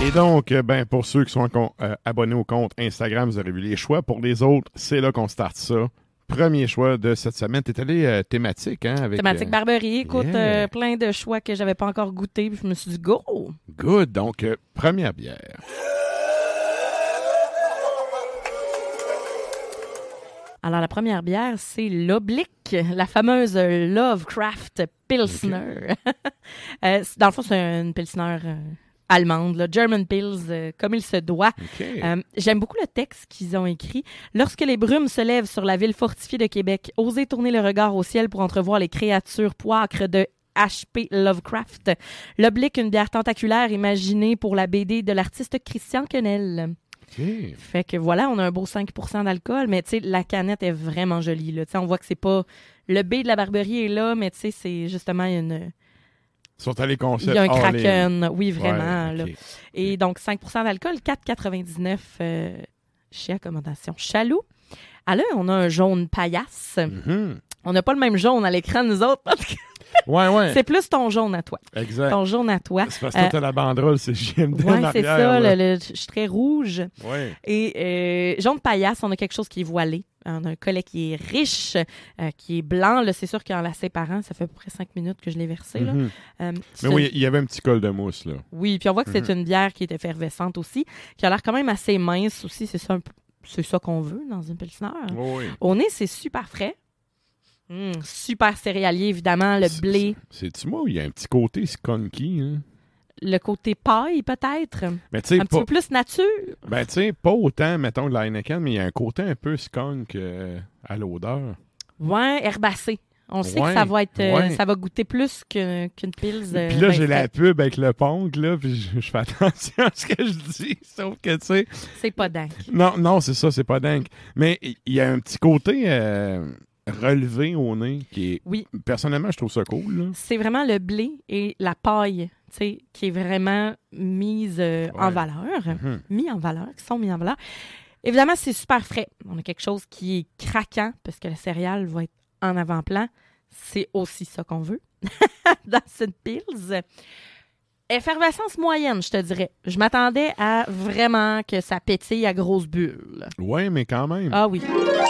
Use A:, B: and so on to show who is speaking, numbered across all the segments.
A: Et donc, euh, ben, pour ceux qui sont con- euh, abonnés au compte Instagram, vous aurez vu les choix. Pour les autres, c'est là qu'on starte ça. Premier choix de cette semaine. T'es allé euh, thématique, hein? Avec,
B: Thématique
A: euh,
B: Barberie, écoute,
A: yeah.
B: euh, plein de choix que j'avais pas encore goûté, puis je me suis dit, go!
A: Good. Donc, euh, première bière.
B: Alors, la première bière, c'est l'Oblique, la fameuse Lovecraft Pilsner. Euh, c'est- dans le fond, c'est une Pilsner euh, allemande, là, German Pils, euh, comme il se doit.
A: OK.
B: Euh, J'aime beaucoup le texte qu'ils ont écrit. Lorsque les brumes se lèvent sur la ville fortifiée de Québec, osez tourner le regard au ciel pour entrevoir les créatures poicres de H.P. Lovecraft. L'oblique, une bière tentaculaire imaginée pour la BD de l'artiste Christian Quenel.
A: OK.
B: Fait que voilà, on a un beau 5 d'alcool, mais tu sais, la canette est vraiment jolie. Là. Tu sais, On voit que c'est pas. Le B de la Barberie est là, mais tu sais, c'est justement une.
A: Ils sont allés
B: Il
A: concept.
B: y a un
A: all in.
B: kraken. Oui, vraiment.
A: Ouais,
B: là.
A: OK.
B: Et donc, 5 d'alcool, 4,99 euh, chez Accommodation Chaloux. Ah là, on a un jaune paillasse.
A: Mhm.
B: On n'a pas le même jaune à l'écran, nous autres.
A: Ouais, ouais.
B: c'est plus ton jaune à toi.
A: Exact.
B: Ton jaune à toi.
A: C'est parce que toi, t'as la banderole, c'est JMD
B: Oui,
A: en
B: c'est
A: arrière,
B: ça.
A: là.
B: le- le- Je suis très rouge.
A: Ouais.
B: Et euh, jaune paillasse, on a quelque chose qui est voilé. On a un collet qui est riche, euh, qui est blanc. Là, c'est sûr qu'en la séparant, ça fait à peu près cinq minutes que je l'ai versé. là.
A: Mhm.
B: Euh, c'est
A: Mais
B: une-
A: oui, Mhm. il y avait un petit col de mousse, là.
B: oui, puis on voit que c'est une bière qui est effervescente aussi, qui a l'air quand même assez mince aussi. C'est ça, un peu- c'est ça qu'on veut dans une pilsner.
A: Oui, oui.
B: Au nez, c'est super frais. Mm, super céréalier, évidemment. Le
A: C'est-
B: blé,
A: C'est-tu moi ou il y a un petit côté skunky, hein?
B: le côté paille peut-être.
A: Mais tu sais,
B: Un petit
A: pas,
B: peu plus nature.
A: ben, tu sais, pas autant, mettons, de la Heineken, mais il y a un côté un peu skunk euh, à l'odeur.
B: Ouais, herbacé. On sait
A: Ouais,
B: que ça va être, euh,
A: ouais.
B: ça va goûter plus que- qu'une pils. euh,
A: Puis là,
B: bien
A: j'ai la
B: faite.
A: pub avec le pong, là, puis je, je fais attention à ce que je dis, sauf que, tu sais,
B: C'est pas dingue.
A: non, non, c'est ça, c'est pas dingue. Mais il y a un petit côté euh, relevé au nez qui est...
B: Oui.
A: Personnellement, je trouve ça cool, là.
B: C'est vraiment le blé et la paille, tu sais, qui est vraiment mise euh, en
A: Ouais.
B: valeur,
A: Mhm.
B: mis en valeur, qui sont mis en valeur. Évidemment, c'est super frais. On a quelque chose qui est craquant parce que la céréale va être en avant-plan. C'est aussi ça qu'on veut dans cette pils. Effervescence moyenne, je te dirais. Je m'attendais à vraiment que ça pétille à grosse bulle.
A: Ouais, mais quand même,
B: Ah oui.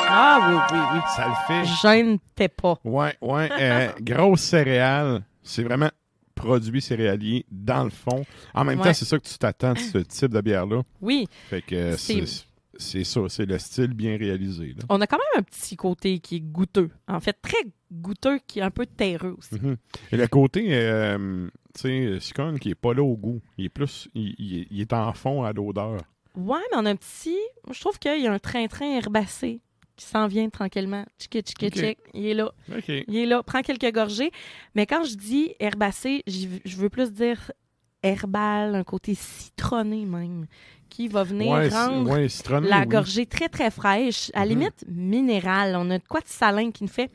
B: Ah oui, oui, oui.
A: ça le fait.
B: Gêne t'es pas.
A: Ouais, ouais. euh, grosse céréale, c'est vraiment produit céréalier dans le fond. En même
B: Ouais.
A: temps, c'est ça que tu t'attends de ce type de bière-là.
B: Oui,
A: Fait que euh,
B: C'est-
A: c'est c'est ça, c'est le style bien réalisé. Là.
B: on a quand même un petit côté qui est goûteux. En fait, très goûteux, qui est un peu terreux aussi.
A: Mhm. Et le côté, euh, tu sais, scone qui est pas là au goût. Il est plus, il, il est- il est en fond à l'odeur.
B: Ouais, mais on a un petit. Je trouve qu'il y a un train-train herbacé qui s'en vient tranquillement. Tchiké, tchiké,
A: Ok.
B: tchic. Il est là.
A: OK.
B: Il est là. Prends quelques gorgées. Mais quand je dis herbacé, j'y- je veux plus dire herbal, un côté citronné même, qui va venir
A: Ouais,
B: rendre
A: c'est- ouais, citronné,
B: la
A: oui.
B: gorgée très très fraîche, à
A: Mhm.
B: limite minérale. On a de quoi de salin qui nous fait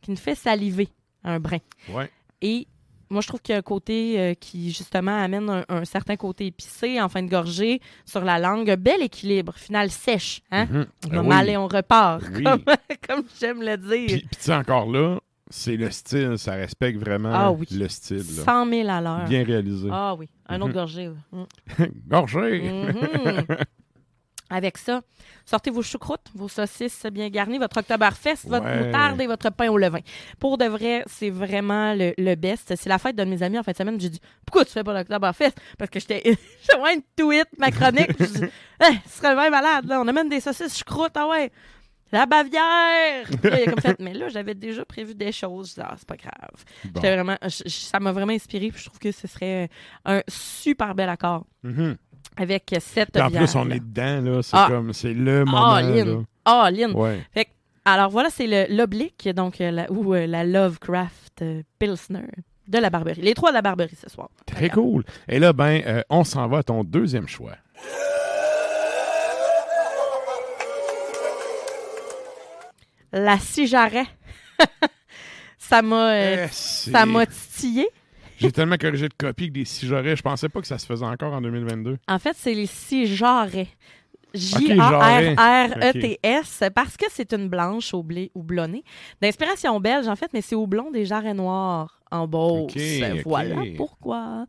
B: qui nous fait saliver un brin.
A: Ouais.
B: Et moi je trouve qu'il y a un côté euh, qui justement amène un, un certain côté épicé en fin de gorgée sur la langue, un bel équilibre final sèche, hein.
A: Mhm.
B: On
A: Ah
B: va
A: oui.
B: mal et on repart,
A: Oui.
B: comme, comme j'aime le dire.
A: Puis, puis tu sais, encore là, c'est le style. Ça respecte vraiment
B: Ah oui.
A: le style. là. Mhm.
B: 100 000 à l'heure.
A: Bien réalisé.
B: Ah oui, un autre gorgée. là. Mm.
A: Gorgée!
B: Mhm. Avec ça, sortez vos choucroutes, vos saucisses bien garnies, votre Oktoberfest, votre
A: Ouais.
B: moutarde et votre pain au levain. Pour de vrai, c'est vraiment le, le best. C'est la fête d'un de mes amis en fin de semaine. J'ai dit Pourquoi tu fais pas l'Oktoberfest Parce que j'étais. J'étais loin de tweet ma chronique. J'ai dit Hey, Eh, Ce serait bien malade, là. On a même des saucisses choucroutes, ah ouais. La Bavière! Puis là, il a comme fait, mais là, j'avais déjà prévu des choses. Je dis, ah, c'est pas grave.
A: Bon.
B: J'étais Vraiment, je- je- ça m'a vraiment inspiré. Puis je trouve que ce serait un super bel accord
A: Mhm.
B: avec cette
A: Puis en
B: bière.
A: plus, on est dedans, là. C'est
B: Ah.
A: comme, c'est le moment.
B: all
A: là.
B: in. All in.
A: Ouais.
B: Fait que, alors voilà, c'est le- l'oblique, donc, euh, la, ou euh, la Lovecraft euh, Pilsner de la Barberie. Les trois de la Barberie ce soir.
A: Très cool. Et là, ben, euh, on s'en va à ton deuxième choix.
B: La Cijaret. ça m'a euh,
A: Eh,
B: ça
A: c'est-
B: m'a titillé.
A: J'ai tellement corrigé de copies que des cigarets. Je pensais pas que ça se faisait encore en 2022.
B: En fait, c'est les Cijarets. J-A-R-R-E-T-S, E parce que c'est une blanche au blé houblonnée, d'inspiration belge en fait, mais c'est houblon des jarrets noirs en Beauce.
A: Ok, ok.
B: Voilà pourquoi.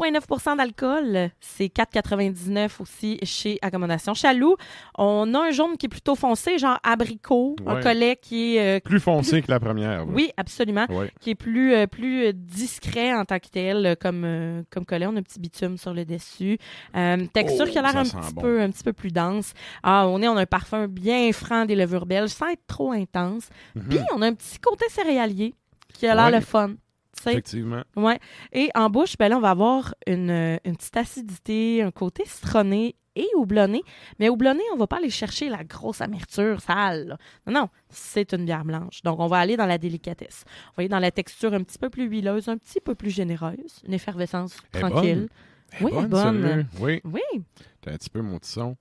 B: 4,9 d'alcool, c'est 4,99 aussi chez Accommodation Chaloux. On a un jaune qui est plutôt foncé, genre abricot, un
A: Ouais.
B: collet qui est... euh,
A: Plus foncé que la première. là.
B: oui, absolument.
A: Ouais.
B: Qui est plus, euh, plus euh, discret en tant que tel, euh, comme, euh, comme collet. On a un petit bitume sur le dessus. Euh, texture
A: Oh,
B: qui a l'air
A: ça
B: un,
A: sent
B: petit
A: bon.
B: peu- un petit peu plus dense. Ah, on est, on a un parfum bien franc des levures belges, sans être trop intense. Puis, on a un petit côté céréalier qui a l'air
A: Mhm. Ouais.
B: le fun. Tu sais,
A: Effectivement.
B: Ouais. Et en bouche, ben là, on va avoir une, euh, une petite acidité, un côté citronné et houblonné. Mais houblonné, on va pas aller chercher la grosse amertume sale. là. Non, non, c'est une bière blanche. Donc, on va aller dans la délicatesse. On va aller dans la texture un petit peu plus huileuse, un petit peu plus généreuse, une effervescence
A: Elle est
B: tranquille.
A: Elle est
B: Oui, elle est bonne.
A: celle-là. Oui.
B: Oui,
A: T'as un petit peu mon petit son.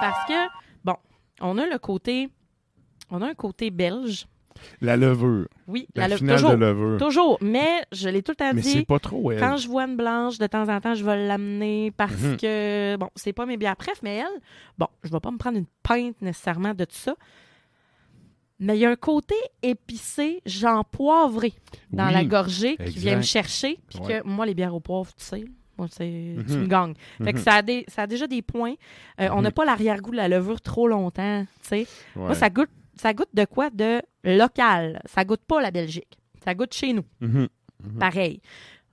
B: parce que, bon, on a le côté, on a un côté belge.
A: La levure.
B: Oui,
A: La,
B: la-
A: finale
B: toujours,
A: de levure.
B: toujours. Mais je l'ai tout le temps
A: Mais
B: dit.
A: c'est pas trop, elle.
B: Quand je vois une blanche, de temps en temps, je vais l'amener parce
A: Mhm.
B: que, bon, c'est pas mes bières préf, mais elle, bon, je vais pas me prendre une pinte nécessairement de tout ça. Mais il y a un côté épicé, genre poivré, dans
A: Oui,
B: la gorgée qui
A: exact.
B: vient me chercher. Puis
A: Ouais.
B: que, moi, les bières au poivre, tu sais, moi, c'est, tu
A: Mhm.
B: me gagnes. Fait que
A: Mhm.
B: ça a, des- ça a déjà des points. Euh, On n'a pas l'arrière-goût de la levure trop longtemps, tu sais.
A: Ouais.
B: Moi, ça goûte, ça goûte de quoi? De local. Ça goûte pas la Belgique. Ça goûte chez nous
A: Mhm.
B: pareil.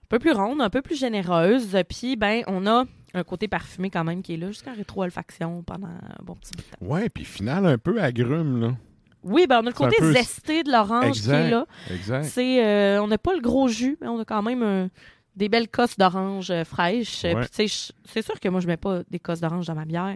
B: Un peu plus ronde, un peu plus généreuse. Puis, ben, on a un côté parfumé quand même qui est là jusqu'en rétro-olfaction pendant un bon petit bout de temps.
A: Ouais, puis finale un peu agrume, là.
B: Oui, ben, on a le
A: C'est un
B: côté
A: peu-
B: zesté de l'orange qui est là.
A: Exact.
B: C'est, euh, on n'a pas le gros jus, mais on a quand même un- des belles cosses d'orange euh, fraîches.
A: Ouais.
B: Puis, tu sais, je- c'est sûr que moi, je mets pas des cosses d'orange dans ma bière.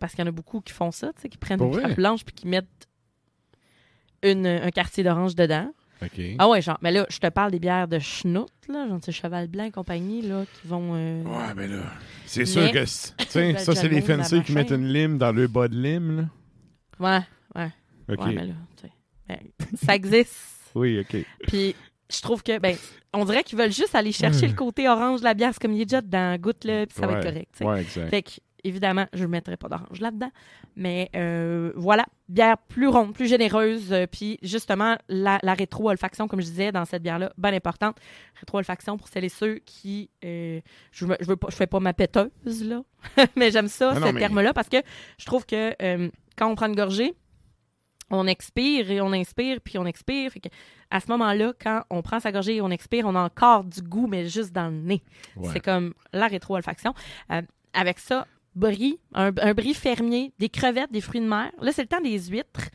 B: Parce qu'il y en a beaucoup qui font ça, tu sais, qui prennent
A: Pour
B: une
A: vrai?
B: crème blanche puis qui mettent une, un quartier d'orange dedans.
A: OK.
B: Ah ouais, genre, mais là, je te parle des bières de schnout, là, genre, tu sais, Cheval Blanc et compagnie, là, qui vont... euh,
A: Ouais, ben là. C'est sûr que. c'est- Tu sais,
B: Ben,
A: ça, c'est
B: Jamo,
A: les
B: la
A: fancy qui
B: machin.
A: mettent une lime dans le bas de lime, là.
B: Ouais,
A: OK.
B: ouais, mais là, tu sais, ben, ça existe.
A: Oui, OK.
B: Puis, je trouve que, ben, on dirait qu'ils veulent juste aller chercher le côté orange de la bière. C'est comme, il est déjà dedans, goûte-le, puis ça va
A: Ouais,
B: être correct, tu sais.
A: Ouais, exact.
B: Fait que, évidemment, je ne mettrai pas d'orange là-dedans. Mais euh, voilà, bière plus ronde, plus généreuse. euh, Puis justement, la, la rétro-olfaction, comme je disais, dans cette bière-là, bien importante. Rétro-olfaction pour celles et ceux qui. euh, je ne veux pas, je fais pas ma péteuse, là. mais j'aime ça,
A: Non,
B: ce
A: non, mais-
B: terme-là, parce que je trouve que euh, quand on prend une gorgée, on expire et on inspire, puis on expire. Fait que à ce moment-là, quand on prend sa gorgée et on expire, on a encore du goût, mais juste dans le nez.
A: Ouais.
B: C'est comme la rétroolfaction. Euh, avec ça, brie, un, un brie fermier, des crevettes, des fruits de mer. Là, c'est le temps des huîtres.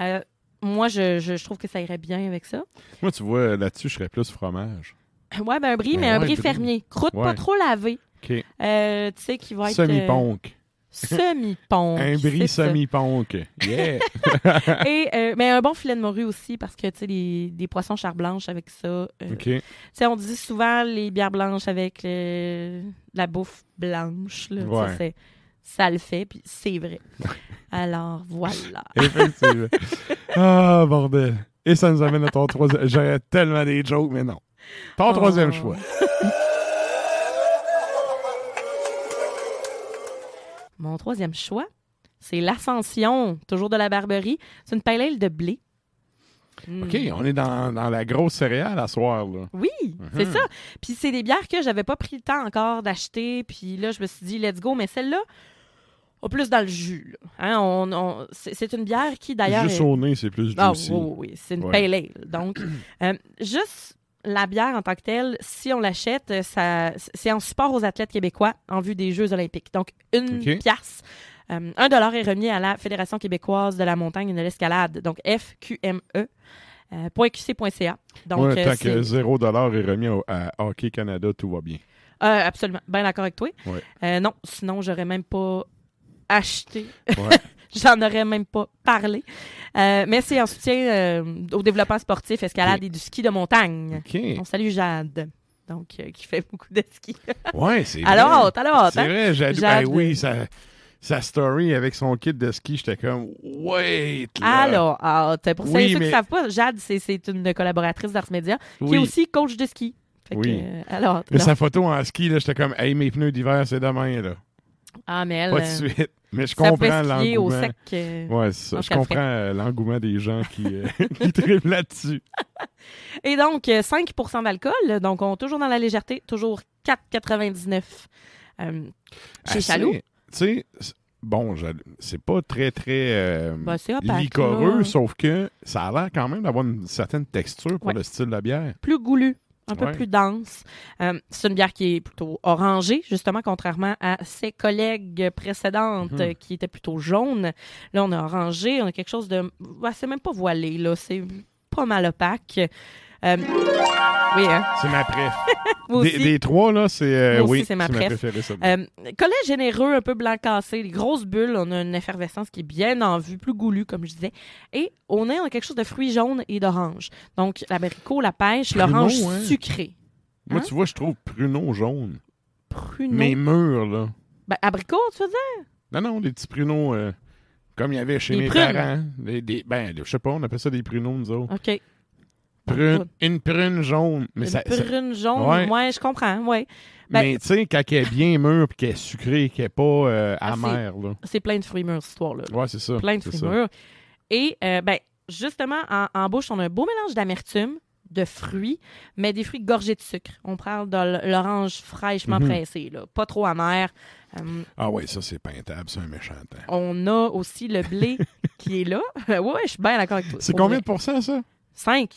B: Euh, moi, je, je- je trouve que ça irait bien avec ça.
A: Moi, tu vois, là-dessus, je serais plus fromage.
B: Ouais, ben un brie,
A: Ben
B: mais un
A: ouais,
B: brie
A: brie.
B: fermier. Croûte pas
A: Ouais.
B: trop lavée.
A: OK.
B: Euh, tu sais, qui va être. euh,
A: Semi-ponque.
B: Semi-ponque.
A: un
B: c'est
A: bris
B: ça.
A: semi-ponque. Yeah!
B: Et, euh, mais un bon filet de morue aussi, parce que, tu sais, les- des poissons char blanche avec ça. euh,
A: OK.
B: Tu sais, on dit souvent les bières blanches avec le- la bouffe blanche. Là, Tu sais,
A: Ouais.
B: c'est- ça le fait, puis c'est vrai. Alors, voilà.
A: Effectivement. Ah, bordel. Et ça nous amène à ton troisième. J'aurais tellement des jokes, mais non. Ton
B: Oh.
A: troisième choix.
B: Mon troisième choix, c'est l'ascension, toujours de la Barberie. C'est une pale ale de blé. Hmm.
A: OK, on est dans, dans la grosse céréale à soir, là.
B: Oui, c'est
A: Mhm.
B: ça. Puis c'est des bières que j'avais pas pris le temps encore d'acheter. Puis là, je me suis dit, let's go. Mais celle-là, au plus dans le jus. là. Hein, on, on- c'est c'est une bière qui, d'ailleurs...
A: Juste
B: est-
A: au nez, c'est plus
B: Ah
A: juicy.
B: oui, oui, oui, c'est une
A: Ouais.
B: pale ale. Donc, euh, juste la bière en tant que telle, si on l'achète, euh, ça, c'est en support aux athlètes québécois en vue des Jeux olympiques. Donc, une
A: Ok.
B: piastre. euh, un dollar est remis à la Fédération québécoise de la montagne et de l'escalade, donc FQME. euh, point QC point CA. Donc,
A: Ouais,
B: euh,
A: tant
B: c'est-
A: que 0 est remis au- à Hockey Canada, tout va bien.
B: euh, absolument. Ben d'accord avec toi.
A: Ouais.
B: Euh, non, sinon, j'aurais même pas acheté.
A: Ouais.
B: J'en aurais même pas parlé. Euh, mais c'est en soutien euh, au développement sportif, escalade
A: Ok.
B: et du ski de montagne.
A: OK.
B: On salue Jade, donc euh, qui fait beaucoup de ski.
A: Ouais, c'est
B: Alors
A: vrai.
B: haute, alors haute.
A: C'est
B: hein?
A: vrai, j'ai
B: Jade-
A: ben oui, sa, sa story avec son kit de ski, j'étais comme wait. là.
B: Alors haute. Pour ceux
A: Oui,
B: et ceux qui
A: mais-
B: ne savent pas, Jade, c'est- c'est une collaboratrice d'Ars Media qui
A: Oui.
B: est aussi coach de ski. Fait que,
A: Oui.
B: euh, alors, haute,
A: Mais
B: alors.
A: sa photo en ski là, j'étais comme hey, mes pneus d'hiver c'est demain là.
B: Ah, mais elle,
A: Pas de
B: euh,
A: suite. Mais je
B: ça pouvait
A: comprends
B: skier au
A: l'engouement.
B: sec. euh,
A: Ouais, c'est ça.
B: en
A: je comprends euh, l'engouement des gens qui euh, qui trippent là-dessus.
B: Et donc, euh, 5 d'alcool. Donc, on toujours dans la légèreté, toujours 4,99 euh, chez
A: Assez-
B: Chaloux.
A: Tu sais, c'est- bon, je- c'est pas très très euh,
B: Ben, c'est opaque,
A: licoreux,
B: là.
A: sauf que ça a l'air quand même d'avoir une certaine texture pour
B: Ouais.
A: le style de la bière.
B: Plus goulu, un peu
A: Ouais.
B: plus dense. Euh, c'est une bière qui est plutôt orangée, justement, contrairement à ses collègues précédentes
A: Mhm.
B: euh, qui étaient plutôt jaunes. Là, on a orangé, on a quelque chose de... ouais, c'est même pas voilé, là. C'est pas mal opaque. Euh, Oui, hein?
A: C'est ma préf.
B: Moi
A: Des,
B: aussi.
A: des trois, là, c'est euh,
B: Moi aussi,
A: oui,
B: c'est ma préf.
A: préférée. celle-là.
B: Euh, collet généreux, un peu blanc cassé, les grosses bulles, on a une effervescence qui est bien en vue, plus goulue, comme je disais. Et au nez, on a quelque chose de fruits jaunes et d'orange. Donc, l'abricot, la pêche,
A: Pruneau,
B: l'orange
A: hein?
B: sucré.
A: Moi,
B: hein?
A: tu vois, je trouve pruneau jaune.
B: Pruneau.
A: Mes murs, là.
B: Ben, abricot, tu veux dire?
A: Non, non, des petits pruneaux, euh, comme il y avait chez
B: Des
A: mes
B: prunes.
A: parents. Des, des- ben, je sais pas, on appelle ça des pruneaux, nous autres.
B: OK.
A: Prune- une prune jaune. Mais,
B: une
A: ça- ça-
B: prune jaune,
A: Ouais.
B: ouais. je comprends, ouais. ben-
A: mais tu sais, quand elle est bien mûre puis qu'elle est sucrée, qu'elle n'est pas euh,
B: Ah, c'est-
A: amère, là.
B: C'est plein de fruits mûrs, cette histoire-là.
A: Ouais, c'est ça.
B: plein de
A: c'est
B: fruits
A: ça.
B: mûrs. Et, euh, ben, justement, en, en bouche, on a un beau mélange d'amertume, de fruits, mais des fruits gorgés de sucre. On parle de l- l'orange fraîchement
A: Mhm.
B: pressée, là, pas trop amère. Euh,
A: Ah ouais, ça, c'est peintable, c'est un méchant temps.
B: on a aussi le blé qui est là. ouais, ouais, je suis bien d'accord avec toi.
A: C'est
B: Au
A: combien
B: vrai.
A: de pourcents, ça?
B: Cinq.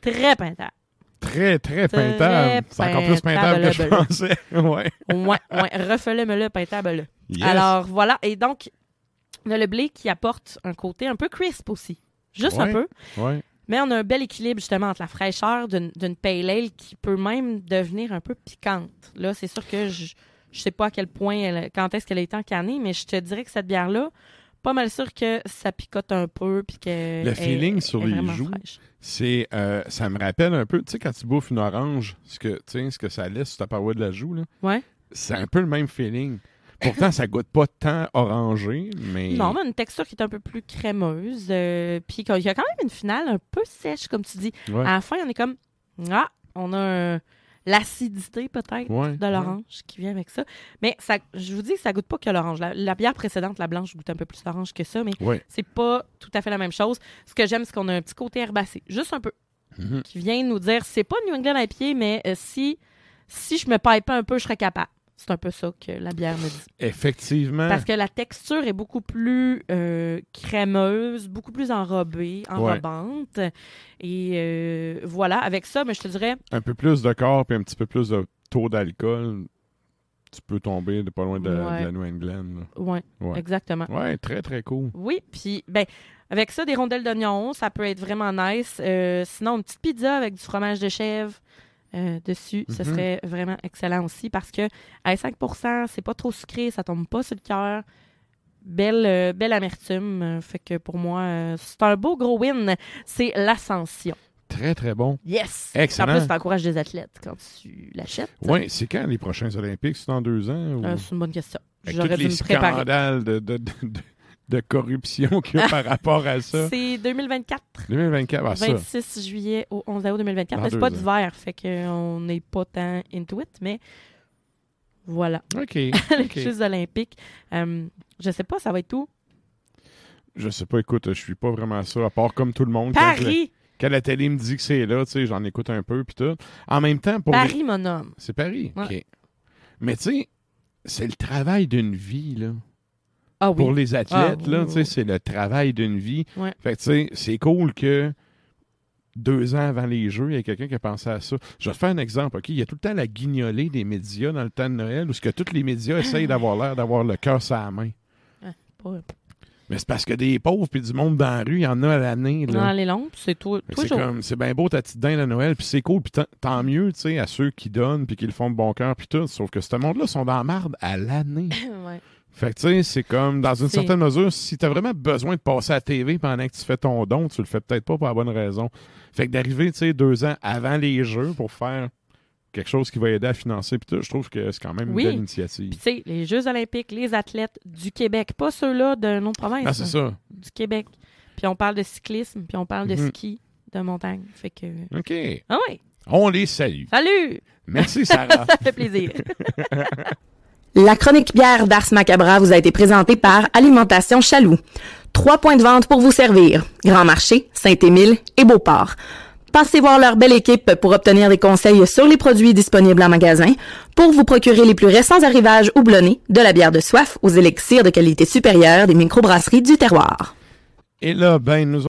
B: Très pintable.
A: Très, très
B: Très
A: peintable. C'est encore plus peintable que je
B: peintable,
A: pensais. ouais.
B: Ouais, ouais, refais-le-me le peintable, là.
A: Yes.
B: Alors voilà, et donc, on a le blé qui apporte un côté un peu crisp aussi. Juste un
A: Ouais.
B: peu.
A: Ouais.
B: Mais on a un bel équilibre justement entre la fraîcheur d'une d'une pale ale qui peut même devenir un peu piquante. Là, c'est sûr que je je sais pas à quel point, elle, quand est-ce qu'elle a été encarnée, mais je te dirais que cette bière-là, pas mal sûr que ça picote un peu. Puis que
A: Le
B: elle-
A: feeling sur
B: elle est
A: les
B: vraiment
A: joues.
B: fraîche.
A: c'est euh, ça me rappelle un peu, tu sais, quand tu bouffes une orange, ce que, tu sais, ce que ça laisse sur ta paroi de la joue, là,
B: Ouais.
A: c'est un peu le même feeling. Pourtant, ça goûte pas tant orangé, mais.
B: Non, mais une texture qui est un peu plus crémeuse. euh, puis qu'il y a quand même une finale un peu sèche, comme tu dis.
A: Ouais.
B: À la fin, on est comme, ah, on a un- l'acidité peut-être.
A: Ouais.
B: de l'orange qui vient avec ça. Mais ça, je vous dis, ça goûte pas que l'orange. La, la bière précédente, la blanche, goûte un peu plus l'orange que ça, mais
A: Ouais.
B: c'est pas tout à fait la même chose. Ce que j'aime, c'est qu'on a un petit côté herbacé, juste un peu,
A: Mhm.
B: qui vient nous dire, c'est pas New England à pied, mais euh, si si je me paille pas un peu, je serais capable. C'est un peu ça que la bière me dit.
A: Effectivement.
B: Parce que la texture est beaucoup plus euh, crémeuse, beaucoup plus enrobée, enrobante. Et euh, voilà, avec ça, mais je te dirais,
A: Un peu plus de corps puis un petit peu plus de taux d'alcool, tu peux tomber de pas loin de, la-
B: Ouais.
A: de la New England.
B: ouais,
A: Ouais.
B: exactement.
A: là. Ouais, très très cool.
B: Oui, puis ben avec ça, des rondelles d'oignon, ça peut être vraiment nice. Euh, sinon, une petite pizza avec du fromage de chèvre euh, dessus, ce
A: Mhm.
B: serait vraiment excellent aussi parce que à 5 c'est pas trop sucré, ça tombe pas sur le cœur. Belle, euh, belle amertume. Euh, fait que pour moi, euh, c'est un beau gros win. C'est l'ascension.
A: Très très bon.
B: Yes!
A: Excellent.
B: En plus, ça encourage des athlètes quand tu l'achètes.
A: Ouais, c'est quand les prochains Olympiques? C'est dans deux ans? Ou...
B: Euh, c'est une bonne question.
A: Avec
B: J'aurais
A: tous
B: dû
A: Ben, les
B: me préparer.
A: scandales de, de, de, de- de corruption qu'il y a par rapport à ça.
B: C'est 2024.
A: 2024, ah, ça.
B: 26 juillet au 11 août 2024.
A: Dans
B: Mais C'est
A: deux
B: pas
A: ans.
B: d'hiver, fait qu'on n'est pas tant into it, mais voilà.
A: OK.
B: Les
A: OK.
B: Jeux olympiques. Euh, je sais pas, ça va être tout.
A: Je sais pas, écoute, je suis pas vraiment ça, à part comme tout le monde. Quand, je-
B: Paris!
A: quand la télé me dit que c'est là, tu sais, j'en écoute un peu, puis tout. En même temps, pour... les-
B: Paris, mon homme.
A: C'est Paris,
B: Ouais.
A: OK. Mais tu sais, c'est le travail d'une vie, là.
B: Ah oui.
A: Pour les athlètes,
B: Ah,
A: là,
B: oui,
A: tu sais,
B: oui.
A: c'est le travail d'une vie.
B: Ouais.
A: Fait que, tu sais, c'est cool que deux ans avant les Jeux, il y a quelqu'un qui a pensé à ça. Je vais te faire un exemple, OK? Il y a tout le temps la guignolée des médias dans le temps de Noël où ce que tous les médias essayent d'avoir l'air d'avoir le cœur sur la main.
B: Pour-
A: Mais c'est parce que des pauvres puis du monde dans la rue, il y en a à l'année, là.
B: Dans les longues, c'est tout.
A: Fait que C'est
B: Toujours.
A: comme, c'est bien beau ta petite dinde à Noël, puis c'est cool, puis tant- tant mieux, tu sais, à ceux qui donnent, puis qui le font de bon cœur, puis tout. Sauf que ce monde-là sont dans la marde à l'année.
B: Ouais.
A: Fait que, tu sais, c'est comme, dans une
B: C'est-
A: certaine mesure, si t'as vraiment besoin de passer à la TV pendant que tu fais ton don, tu le fais peut-être pas pour la bonne raison. Fait que d'arriver, tu sais, deux ans avant les Jeux pour faire quelque chose qui va aider à financer, puis tout, je trouve que c'est quand même
B: Oui.
A: une belle initiative.
B: Puis, tu sais, les Jeux olympiques, les athlètes du Québec, pas ceux-là d'une autre province,
A: Ah, c'est
B: hein,
A: ça.
B: du Québec. Puis on parle de cyclisme, puis on parle de
A: Mhm.
B: ski, de montagne. Fait que.
A: OK.
B: Ah oui!
A: On les salue.
B: Salut!
A: Merci, Sarah.
B: Ça fait plaisir.
C: La chronique bière d'Ars Macabra vous a été présentée par Alimentation Chaloux. Trois points de vente pour vous servir. Grand Marché, Saint-Émile et Beauport. Passez voir leur belle équipe pour obtenir des conseils sur les produits disponibles en magasin, pour vous procurer les plus récents arrivages houblonnés, de la bière de soif aux élixirs de qualité supérieure des microbrasseries du terroir.
A: Et là, ben, nous